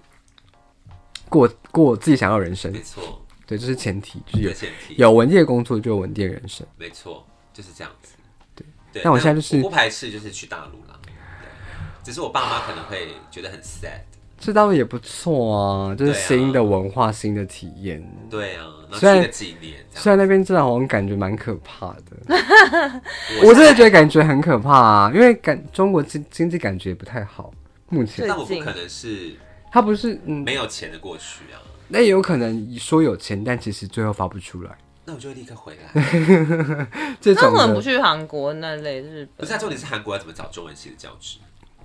过过我自己想要的人生
没。错，
对，这是前提，就是有
有前提，
有稳定的工作就有稳定的人生。
没错，就是这样子。对，
但我现在就是
我不排斥就是去大陆啦，对只是我爸妈可能会觉得很 sad。
这倒也不错啊，就是
对啊
新的文化、新的体验。
对啊，然后去
虽然
了几年这
虽
样，
然那边真的好像感觉蛮可怕的，
我
我真的觉得感觉很可怕啊，因为感中国经经济感觉也不太好，目前
对
但我不可能是
它不是嗯，
没有钱的过去啊，
那也有可能说有钱，但其实最后发不出来，
那我就会立刻回来。
这
那
种
为什么不
的
去韩国那类日
不
本
是、？啊，重点是韩国要怎么找中文系的教职？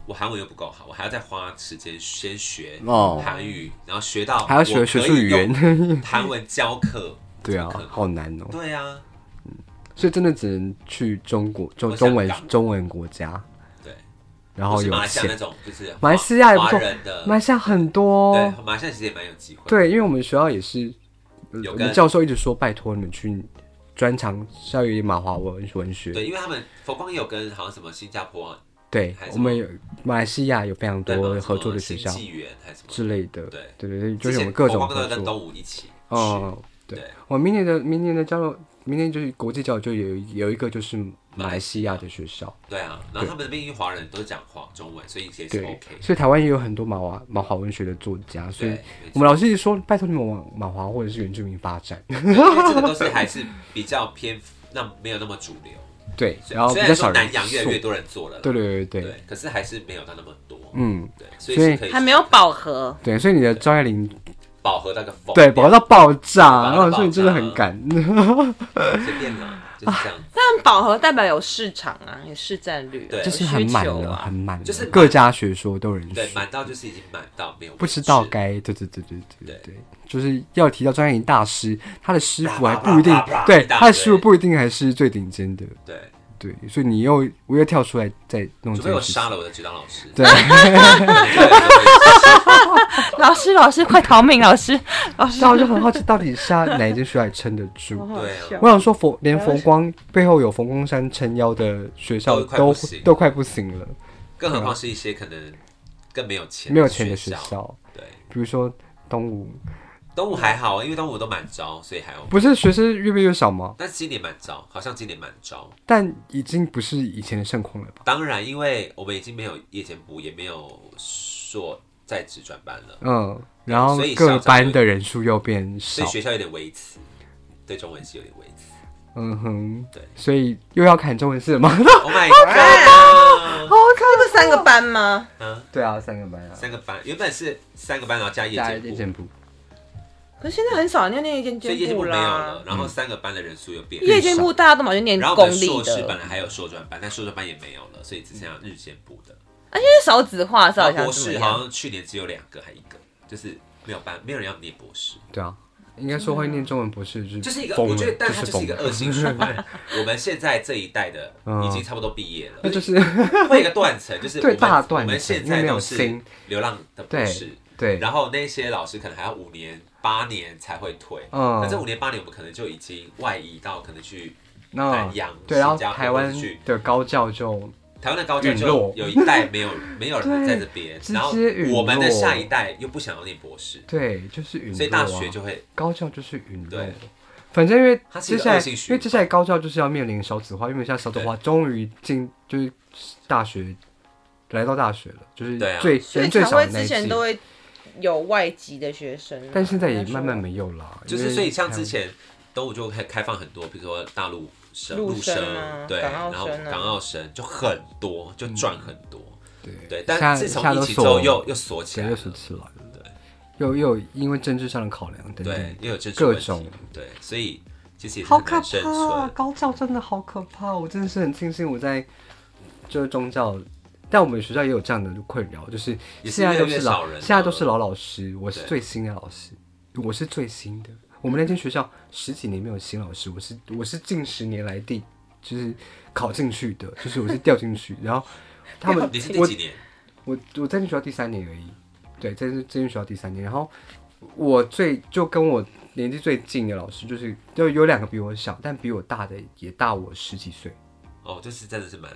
我韩文又不够好，我还要再花时间先学
哦
韩语，然后学到
还要学
我可以
学术语言
用， 韩文教课。
对啊
怎么，可
好难哦
能，对啊，
所以真的只能去中国中
或
中文
香港
中文国家，
对。
然
不
后
是
有
马来西亚那
钱，
种，就是华
马来西亚也不
华
错
人的，
马来西亚很多
对
哦，
马来西亚其实也蛮有机会。
对，因为我们学校也是，呃
有
我
跟
们教授一直说拜托你们去专长校园马华文文学。
对，因为他们佛光也有跟好像什么新加坡啊
对
还，
我
是
们有马来西亚有非常
对吗
多合作的
什
学
么
校
新纪元还是什么
之类的，
对
对对对，就
之
是我
前
们各
佛
种
光都
合
有跟
作。
东吴一起去
哦，对
对，
我明年的明年的交流，明年就是国际交流，就有一有一个就是马来西亚的学校，
对啊，然后他们那边因为华人都是讲华中文，所以也是
对
OK，。
所以台湾也有很多马华马华文学的作家，所以
对没
我们老师一直说拜托你们往马华或者是原住民发展，
因为这个 都是还是比较偏那没有那么主流，
对，
虽
然后比
虽
较
然说
少人
南洋越来
做
越多人做了啦，
对对对对
对，可是还是没有到那么多，
嗯，
对，所以
所以
是可以
还没有饱和，
对，所以你的张爱玲
饱和那个疯，
对饱到爆炸，
饱
然
到
后所以
爆
真的
炸
很敢，
随便啦，就是
啊
这样子。
但饱和代表有市场啊，有市占率、啊，
对
有
就是
需
很满
求
了，
啊
很。满了，
就是满
各家学说都有人
对，
说，
满到就是已经满到没有
不
位置
知道该对对对对对对，就是要提到张爱玲大师，他的师傅还不一定
啪啪啪啪啪，
对，
一大堆
他的师傅不一定还是最顶尖的，
对，
对，所以你又我又跳出来再弄
除
这
非我
个事情
杀，了我的指导老师，
对，
老师，老师，快逃命！老师，老师
那，我就很好奇，到底杀哪一间学校还撑得 住？
好好
对啊
笑
我想说佛连佛光背后有佛光山撑腰的学校
都快
都
不行
都快不行了，
更何况是一些可能更没有钱、
没有钱的学
校。
校，
对，
比如说东吴，
东吴还好，因为东吴都满招，所以还好。
不是学生越变越少吗？
但是今年满招，好像今年满招。
但已经不是以前的盛况了吧？
当然，因为我们已经没有夜间部，也没有硕在职专班了，
嗯，然后
所以
各
校长
班
就
的人数又变
所
少
以，学校有点微词，对中文系有点微词。
嗯哼，
对
所以又要砍中文系了吗？
Oh my
啊
god！
这不是三个班吗？
对啊，三个班啊，
三个班原本是三个班，然后加夜
加
间
一
部，
件部，
可是现在很少念念夜
所 以夜
间
间部
部
没有
啦
了，。然后三个班的人数又变
夜间部大家都嘛就念
然后我
公
们
立
硕士本
的，
来还有硕专班，但硕专班也没有了，所以只剩下日间部的。
就是少子化
然
少
后
一
博
下怎
士
么
好
样？
像去年只有两个还一个，就是没有班，没有人要念博士，
对啊，应该说会念中文博士就是
就是一个
疯了
我觉得，但它
就
就是一
疯
个
了，
恶性循环。我们现在这一代的已经差不多毕业了，
那就是
会有一个断层，就是我
对
们
大断层
我们现
因为
在
没
都
有
是
新
流浪的博
对
士，
对，
然后那些老师可能还要五年八年才会退，
嗯
那这五年八年我们可能就已经外移到可能去
那
南洋
哦对，然后
哎新加坡
台湾
去
的高教就
台湾的高教
陨
就
落
有一代没有没有人在这边，
直接
然后
陨落
我们的下一代又不想要念博士，
对，就是陨落、啊，
所以大学就会
高教就是陨落
对。
反正因为
它是一
接
个
下来，
恶性
因
循环
为接下来高教就是要面临少子化，因为现在少子化终于进就是大学，来到大学了，就是
对啊
最
所以
人最
才
少的
会
那一
之前
季
都，会有外籍的学生啊，
但现在也
应该说
慢慢没有了。
就是
因为
所以像
台
之
湾
前都就开开放很多，比如说大陆生、
陆
陆
生啊
对，
港澳
然后
生啊
港澳生就很多，就
嗯
赚很多，
对
对。
现在
但自从
现在
疫
都
情之后
锁
又又锁起来
谁又
了，
是起来了，
对，
又又因为政治上的考量等
对
等，，
又有政治
各
问题
种，
对，所以其实也是
好
很
可
难生
怕、
存。
高教真的好可怕，我真的是很庆幸我在就是宗教，但我们学校也有这样的困扰，就是
也是
现在都
越来越
是老
少人了
现在都是老老师，我是
对
最新的老师，我是最新的。我们那间学校十几年没有新老师，我是我是近十年来第就是考进去的，就是我是掉进去，然后他们
你是
我
第几年？
我我在那学校第三年而已，对，在这这间学校第三年。然后我最就跟我年纪最近的老师，就是就有两个比我小，但比我大的也大我十几岁。
哦，就是真的是蛮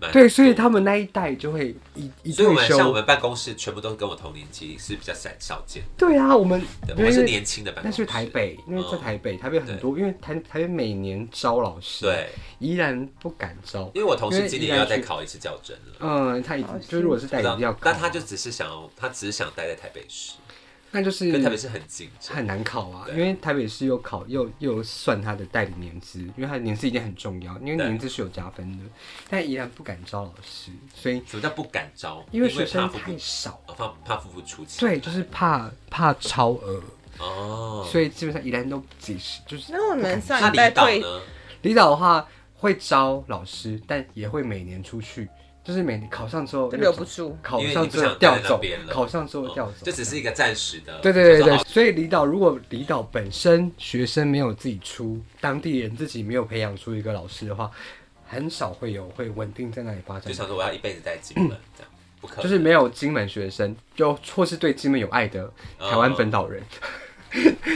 蛮
对，所以他们那一代就会一一
所以我们
退
像我
休。
们办公室全部都是跟我同年纪，是比较少少见
对啊，我们
的。嗯
因
我
为
是年轻的办
那
公室，
是台北，因为在台北，台北很多，因为台台北每年招老师，，
对，
依然不敢招。
因为我同
因
事
为
今
一
年
来
要再
去
考一次教甄了。
嗯，他已
好
经就如果是
不
带一
知道
定要考，
但他就只是想要，他只是想待在台北市，
那就是
跟台北市很近。
很难考啊，
对
因为台北市又考又又算他的代理年资，因为他的年资一定很重要，因为
对
年资是有加分的，但依然不敢招老师，所以
什么叫不敢招？
因为学
怕
生
付
太
不，
少，
哦怕怕付不出钱。
对，就是怕怕超额，
哦，
所以基本上依然都几十，就是
那我们上
那
一代
离岛
退
呢？
离岛的话会招老师，但也会每年出去，就是每年考上之后
就
又
留
走
不住
考
因为
上
你不
之后
想
调
待在那
走
边，了
考上之后调
哦
走，
这只是一个暂时的。
对对对
想说哦
对，
好
所以离岛如果离岛本身学生没有自己出，当地人自己没有培养出一个老师的话，很少会有会稳定在那里发展
就，想说我要一辈子在金门这样，不可能。
嗯就是没有金门学生，就或是对金门有爱的台湾本岛人，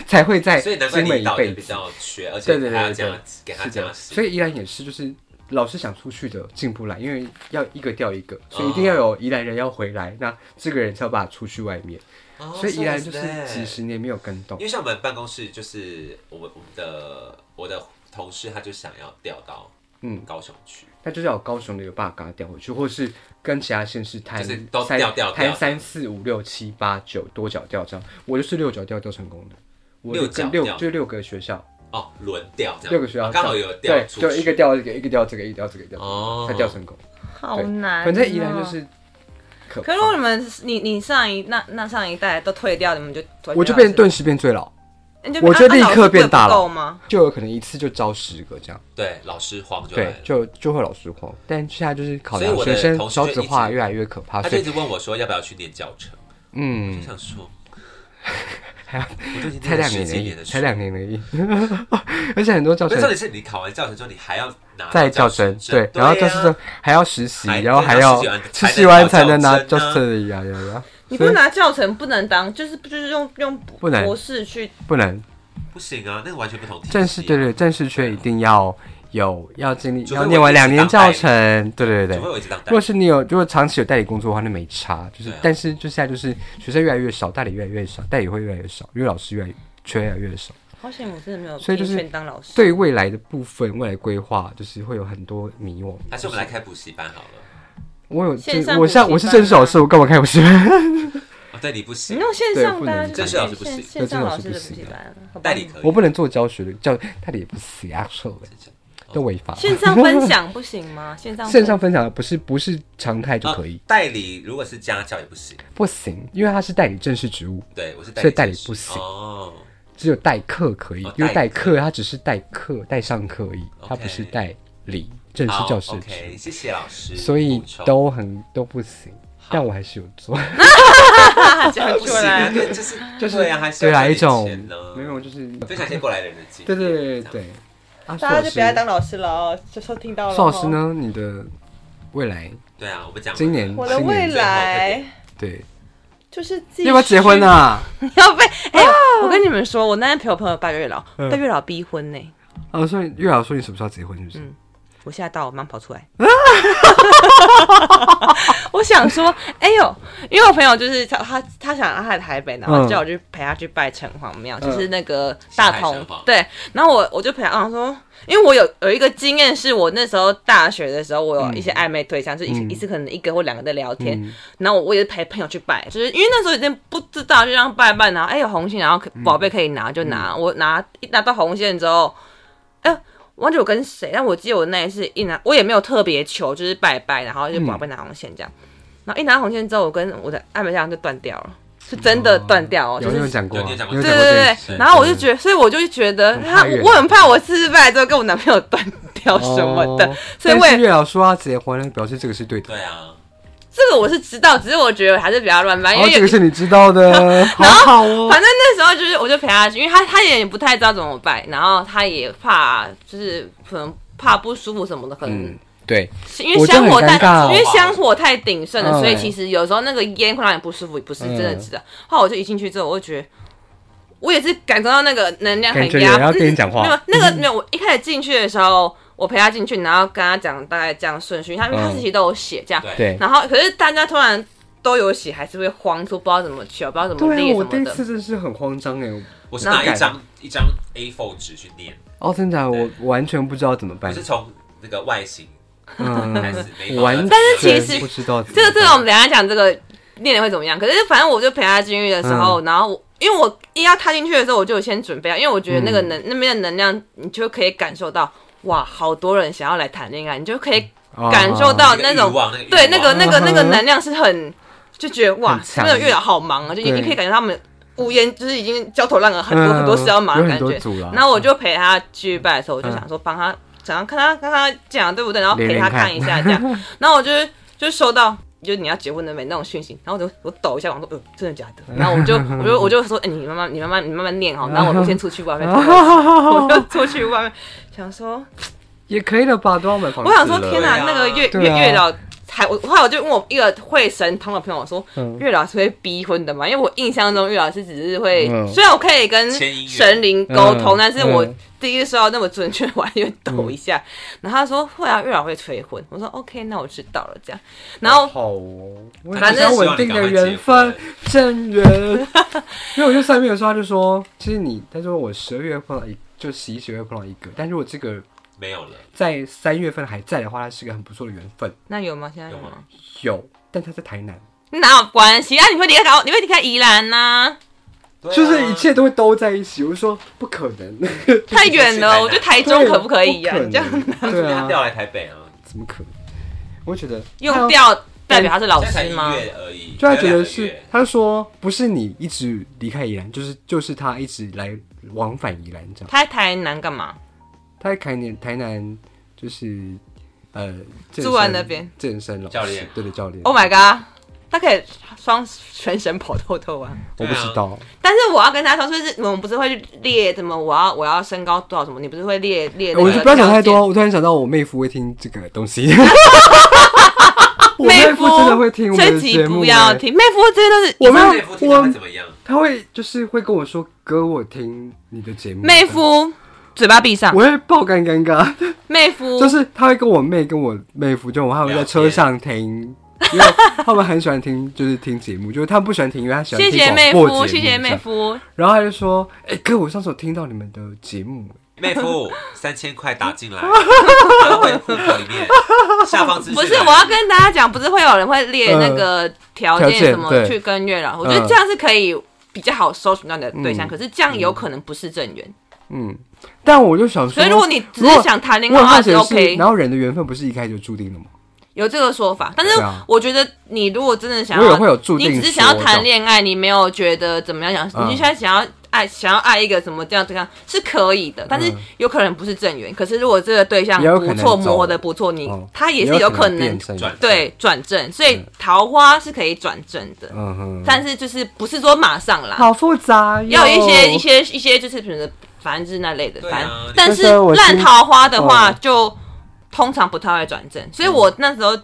才会在
哦所以难怪
金门
离
一
岛也
辈
比
子。
较缺，而且
对对
还要
对
这样
对，
给他
是
这样
的，
洗。
所以依然也是就是。老师想出去的进不来，因为要一个调一个，所以一定
哦
要有宜兰人要回来，那这个人才有办法出去外面，
哦
所以宜兰就
そうですす
几
ね
十年没有跟动
因。为像我们办公室，就是我们我们的我的同事，他就想要调到
嗯
高雄去，
那就是要有高雄的有办法给他调回去，或是跟其他县市摊
就是
三
都调调
摊
调
三四五六七八九多角调这样，我就是六角调调成功的，我
六
就
角
跟六
调
就六个学校，
哦，轮调这样，啊
六个学校
刚好
这
有
样
调
对，
出
就一个
去，
调一个，一个调这个，一个调这个，一个调
哦
才调成功。
好难、啊
反正宜兰就。是可怕，
可是如果你们你你上一那那上一代都退掉，你们就
我就变，顿时变最老，
你就
我就立刻变大
了。
了
老师不够吗？
就有可能一次就招十个这样，
对，老师慌就来
对
了，。
就就会老实慌。但现在就是考
所以
量
我的
学生
同事
少
就
子
一直
化越来越可怕，
他
所
就一
以
直问我说要不要去念教程，我
嗯
就，想 说，
还要
我都已经
才
念了
两
十
年而
几
已
年，的书
才，两年而已， 而且很多教
那
程
重点是你考完教程之后，你还要拿
在
教
教程
证
对，然后
就
教师
是啊
证还要实习，
还
然后
对
还
然后
要
实习完
实
才
习
能
完
拿
才
教
能拿
证
教
啊
师呀呀呀，
你不拿教程不能当，就是就是用用
不能
博士去
不能
不行啊，那个完全不同体系啊。
正式对对正式缺一定要有要经历
啊除非
要
我
念
一
完
直
两年
当代
教
理
程，对对对
除非。我一直当代
如果是你有，如果长期有代理工作的话，那没差。就是
对啊，
但是就现在就是学生越来越少，代理越来越少，代理会越来越少，因为老师越来越缺越来越少。
好险，我真的没有
所以就是
应聘当老师。
对于未来的部分，未来规划就是会有很多迷惘。
还是我们来开补习班好了。
我有
线
正，
上
我
补习
像我是
班
正式老
啊
师，我干嘛开补习班？
哦，对你不
你
行，
用线
对
上
不
大家
能
就
正式老师不行
线线上老师的补习
正式
班，好吧
代理可
我
以。
不能做教学的教，他的也不是
哦
啊，说的都违法。
线上分享不行吗？线上分
线上分享不是不是常态就可以
啊，代理如果是家教也不行，
不行，因为他是代理正式职务，
对我是
所以代理
正式
不行
哦。
只有代课可以，
哦
因为代
代课
课它只是代课、代上课而已，它不是
OK
代理正式
好
教师职。
OK，谢谢老师补充，
所以都很都不行，但我还是有 做，
讲出来，对，就是
就是
对啊，还是
对啦，
要
一
赚
种
点钱呢
没有就是
分享一些过来人的经验，
对对对
这样，
对，啊，苏
大家
老
就不要再
师，
当老师了哦，就说听到了。
苏老师？呢？你的未来
对啊，我们讲完
今年
了
我的未来
对
就是继续
要不要结 婚？啊？
要被哎、
哦
我跟你们说，我那天陪我朋友拜月老，
嗯
被月老逼婚呢、
啊，所以月老说你什么时候要结婚？是不是
嗯？我吓到，我忙跑出来。 我想说，哎呦，因为我朋友就是他，他他想他在台北，然后
嗯
叫我去陪他去拜城隍庙，
嗯
就是那个大
上海
同
城隍
对。然后我我就陪他，我想说，因为我有有一个经验，是我那时候大学的时候，我有一些暧昧对象，就一次
嗯
一次可能一个或两个在聊天，
嗯
然后我也是陪朋友去拜，就是因为那时候已经不知道，就让拜拜，然后哎有红线，然后可宝贝可以拿就拿，
嗯
我拿一拿到红线之后，哎、忘记我跟谁，但我记得我那一次一拿，我也没有特别求，就是拜拜，然后就宝贝拿红线这样，然后一拿红线之后，我跟我的暧昧对象就断掉了，是真的断掉哦，
有
就
有
是。
讲过啊，
有有讲过
有
对
讲过这
对
件事
对，
对
然后我就觉得，所以我就觉得
很
他，
怕月
我很怕我四次拜之后跟我男朋友断掉什么的
哦，
所以我
但
也
是月老说要结婚，那表示这个是对的。
对啊，
这个我是知道，只是我觉得还是比较乱拜，因
哦
为，有
这个是你知 道的，好好哦
反。正那时候就是我就陪他去，因为他他也不太知道怎么办，然后他也怕就是可能怕不舒服什么的，可能、
嗯，对，
是因为香
我
火
就
太
很尴尬哦
因为香火太鼎盛了，
嗯
所以其实有时候那个烟会让你不舒服，不是真的知道。后来我就一进去之后，我就觉得。我也是感受到那个能量很
感觉有
压，
人要跟你讲话嗯
没有那个没有，我一开始进去的时候，我陪他进去，然后跟他讲大概这样顺序，他因为他
嗯
自己都有写这样，
对
对。
然后可是大家突然都有写，还是会慌，说不知道怎么求，不知道怎么
对
列
啊，
什
我
么
第一
的。
次真是很慌张哎！
我是
那
拿
改
一张一张 A4 纸去念，
哦，真的啊，我完全不知道怎么
我
办
是。从那个外形开
嗯
始，眉毛
完
的
但是其实
不知道怎么办
这个这个我们等一下讲这个念念会怎么样。可是反正我就陪他进去的时候，
嗯
然后我因为我一要踏进去的时候，我就有先准备啊，因为我觉
嗯
得那个能、那边的能量，你就可以感受到，哇，好多人想要来谈恋爱，你就可以
哦
感受到
那个
那
欲
种、
望那个欲
对那个
望
那个
嗯哼
那个能量是很就觉得哇
很，强
那个月老好忙啊，就你
对
你可以感觉他们。无言就是已经焦头烂额，很多、很多事要忙
嗯有
的感
很多
觉。
组了。
然后我就陪他去拜的时候，我就想说帮他，想要看他看他讲对不对，然后陪他看一下这样。然后我就是就收到就是你要结婚了没那种讯息，然后我就我抖一下，我说呃真的假的？然后我就我就我就说，哎、你慢慢你慢慢你慢慢念哈，然后我先出去外 面，我就出去外面想说，
也可以了吧，都要买房子
我
了。
想说天
对
哪，
啊
那个月
对
月
啊
月老。还我后来我就问我一个会神通的朋友说，
嗯
月老是会逼婚的嘛？因为我印象中月老师只是会，
嗯
虽然我可以跟
牵姻缘
神灵沟通，
嗯
但是我
嗯
第一次收到那么准确，我还以为抖一下。然后他说会啊，月老会催婚。我说 OK，那我知道了这样。
嗯
然后
好哦，我
反正
想稳定的缘分正缘。 因为我就算命的时候，他就说，其实你，他说我十二月碰到一，就十一、十二月碰到一个，但如果这个
没有了，
在三月份还在的话，它是个很不错的缘分。
那有吗？现在有
有啊
吗
吗？
有，但他在台南，
哪有关系啊？你会离开高，你会离开宜兰呐、
对啊
就是一切都会兜在一起。我就说不可能，
太远了。我
就是
觉得台中可不可以呀、啊？
对
你这样
不可能对
他
啊，
调来台北啊，
怎么可能？我觉得
用掉代表他是老
现在才
师
一
吗？
月而已，
就他
还有
觉
两
得
个
是
月，
他说不是你一直离开宜兰，就是就是他一直来往返宜兰这样。
他在台南干嘛？
他在台南台南就是呃，健身
住在那边
健身老师
教练
对的教练。
Oh my god！他可以双全身跑透透啊！
我不知道，
但是我要跟他说，就是我们不是会列什么？我要我要身高多少什么？你不是会列列、那个
我就不要讲太
条件。
多。我突然想到，我妹夫会听这个 东西。我
妹
夫真的会听我们
这
的
集
节目，欸
不要听，妹夫真的是
我没
那
有
那夫妻他
我
会怎么样？
他会就是会跟我说哥，我听你的节目。
妹，夫，嘴巴闭上
我，会爆肝尴尬。
妹夫
就是他会跟我妹跟我妹夫，就我还有在车上 听，因为他们很喜欢听，就是听节目，就是他们不喜欢听，因为他喜欢
谢
听
谢妹
广播节
夫，
目。
谢谢妹。夫，
然后他就说：“哎、哥，我上次有听到你们的节目，
妹 夫，三千块打进来，然后回户口里面下方资讯
不
栏
是我要跟大家讲，不是会有人会列那个条
嗯
件
条件
什么
对
去跟月老，我觉得
嗯
这样是可以比较好搜寻到你的对象，
嗯
可是这样有可能不是正缘，
嗯，但我就想说，
所以如果你只
如
是
果
想谈恋
我
爱
有
的话
好
是
奇是
OK，
然后人的缘分不是一开始就注定的吗？
有这个说法，但是
对啊
我觉得你如果真的想
我
要，
也会有注定
你只是想要
说
谈
的
恋爱，你没有觉得怎么样想，
嗯
你现在想要爱想要爱一个什么这样这样是可以的，但是有可能不是正缘。可是如果这个对象
嗯也有可
不
能
错，
走
磨合的不错，你
哦
他也是
也有
可
可能
能
变正
转
对转正，所以桃花是可以转正的，
嗯哼，
但是就是不是说马上啦，
好复杂哟，
要有一些一些一些就是比如说反正就是那类的，
对啊
反正、
你
但
就是是我
烂
今
桃花的话
嗯
就通常不太会转正，所以我那时候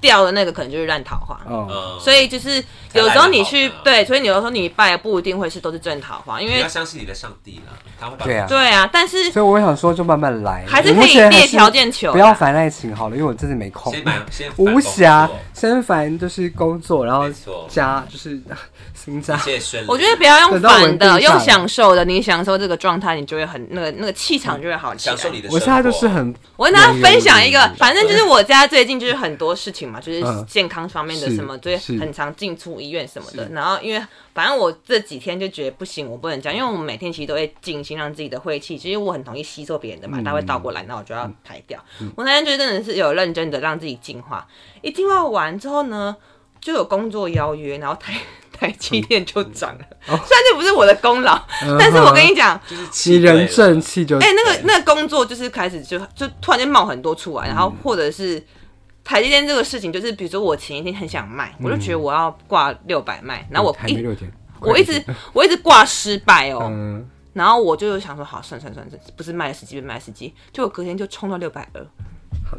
掉的那个可能就是烂桃花。
哦，
嗯，
所以就是有时候你去对，所以你有时候你拜不一定会是都是正桃花，因
啊你
为
要相信你的上帝啦，他会把
对啊
对啊，但是
所以我想说就慢慢来，
还是
我目
可以
前还
列
是
条件啊求啦，
不要烦爱情好了，因为我真的没空
先。买先
无
暇
暇，先烦就是工作，然后
没错
家就是 啊新家。
谢顺利。
我觉得不要用
等到
反
稳定下
的，
来
用享受的。你享受这个状态，你就会很那个那个气场就会好起来
享。受你的生活。
我现在就是很，
我跟大家分享一个
有有有，
反正就是我家最近就是很多事情嘛，就是
嗯
健康方面的
是
什么，就是
是
很常进出医院什么的。然后因为反正我这几天就觉得不行，我不能这样，因为我们每天其实都会静心让自己的晦气，其实我很容易吸收别人的
嗯
嘛，他会倒过来，那我就要排掉。我那天就真的是有认真的让自己净化，一净化完之后呢，就有工作邀约，然后台 台积电就涨了，
嗯哦
虽然这不是我的功劳，但是我跟你讲，
就是
你
气对了
人正气就
哎、那个那个工作就是开始就就突然间冒很多出来，然
嗯
后或者是台积电这个事情，就是比如说我前一天很想卖，我就
嗯
觉得我要挂六百卖，然后我
还没
一
六点，
我一直我一直挂失败哦，
嗯，
然后我就想说好算算算算，不是卖了十几，不是卖了十几，结果隔天就冲到六百二，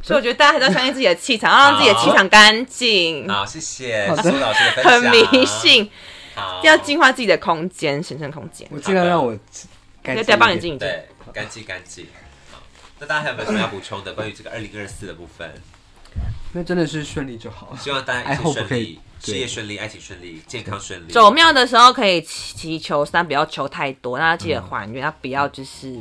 所以我觉得大家还是要相信自己的气场，要让自己的气场干净，
好，谢谢苏老师的分享。
嗯很迷，信，
好，
要净化自己的空间，神圣空间。
我尽量让我干
要
净
再帮你
一点
静一静，
对，干净干净。好，那大家还有没有什么要补充的关于这个二零二四的部分？
那真的是顺利 就好。
希望大家一
I
切
hope
顺
可
利
以，
事
对
业顺利，爱情顺利，健康顺利。
走庙的时候可以祈求三，不要求太多，那记得还愿，那不要
嗯
就是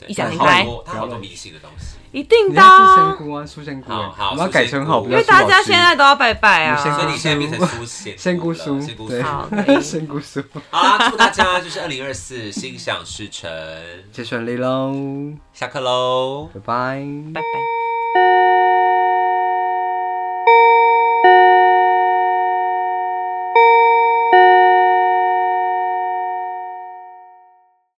对
一讲
他
明
好
白
多，他好多迷信的东西。
一定
你
的
要是
啊、
仙姑啊，苏仙姑，
好好
我们要改称号，
苏仙姑
不
因
要
为
苏老
大
师
家现在都要拜拜
我先
所以
啊。
你现在变成苏仙
仙
姑
姑
了
苏
仙姑，
对
苏。
好可以
仙姑苏，
好啦，祝大家就是二零二四心想事成。
就顺利喽，
下课喽。
拜拜。
拜拜。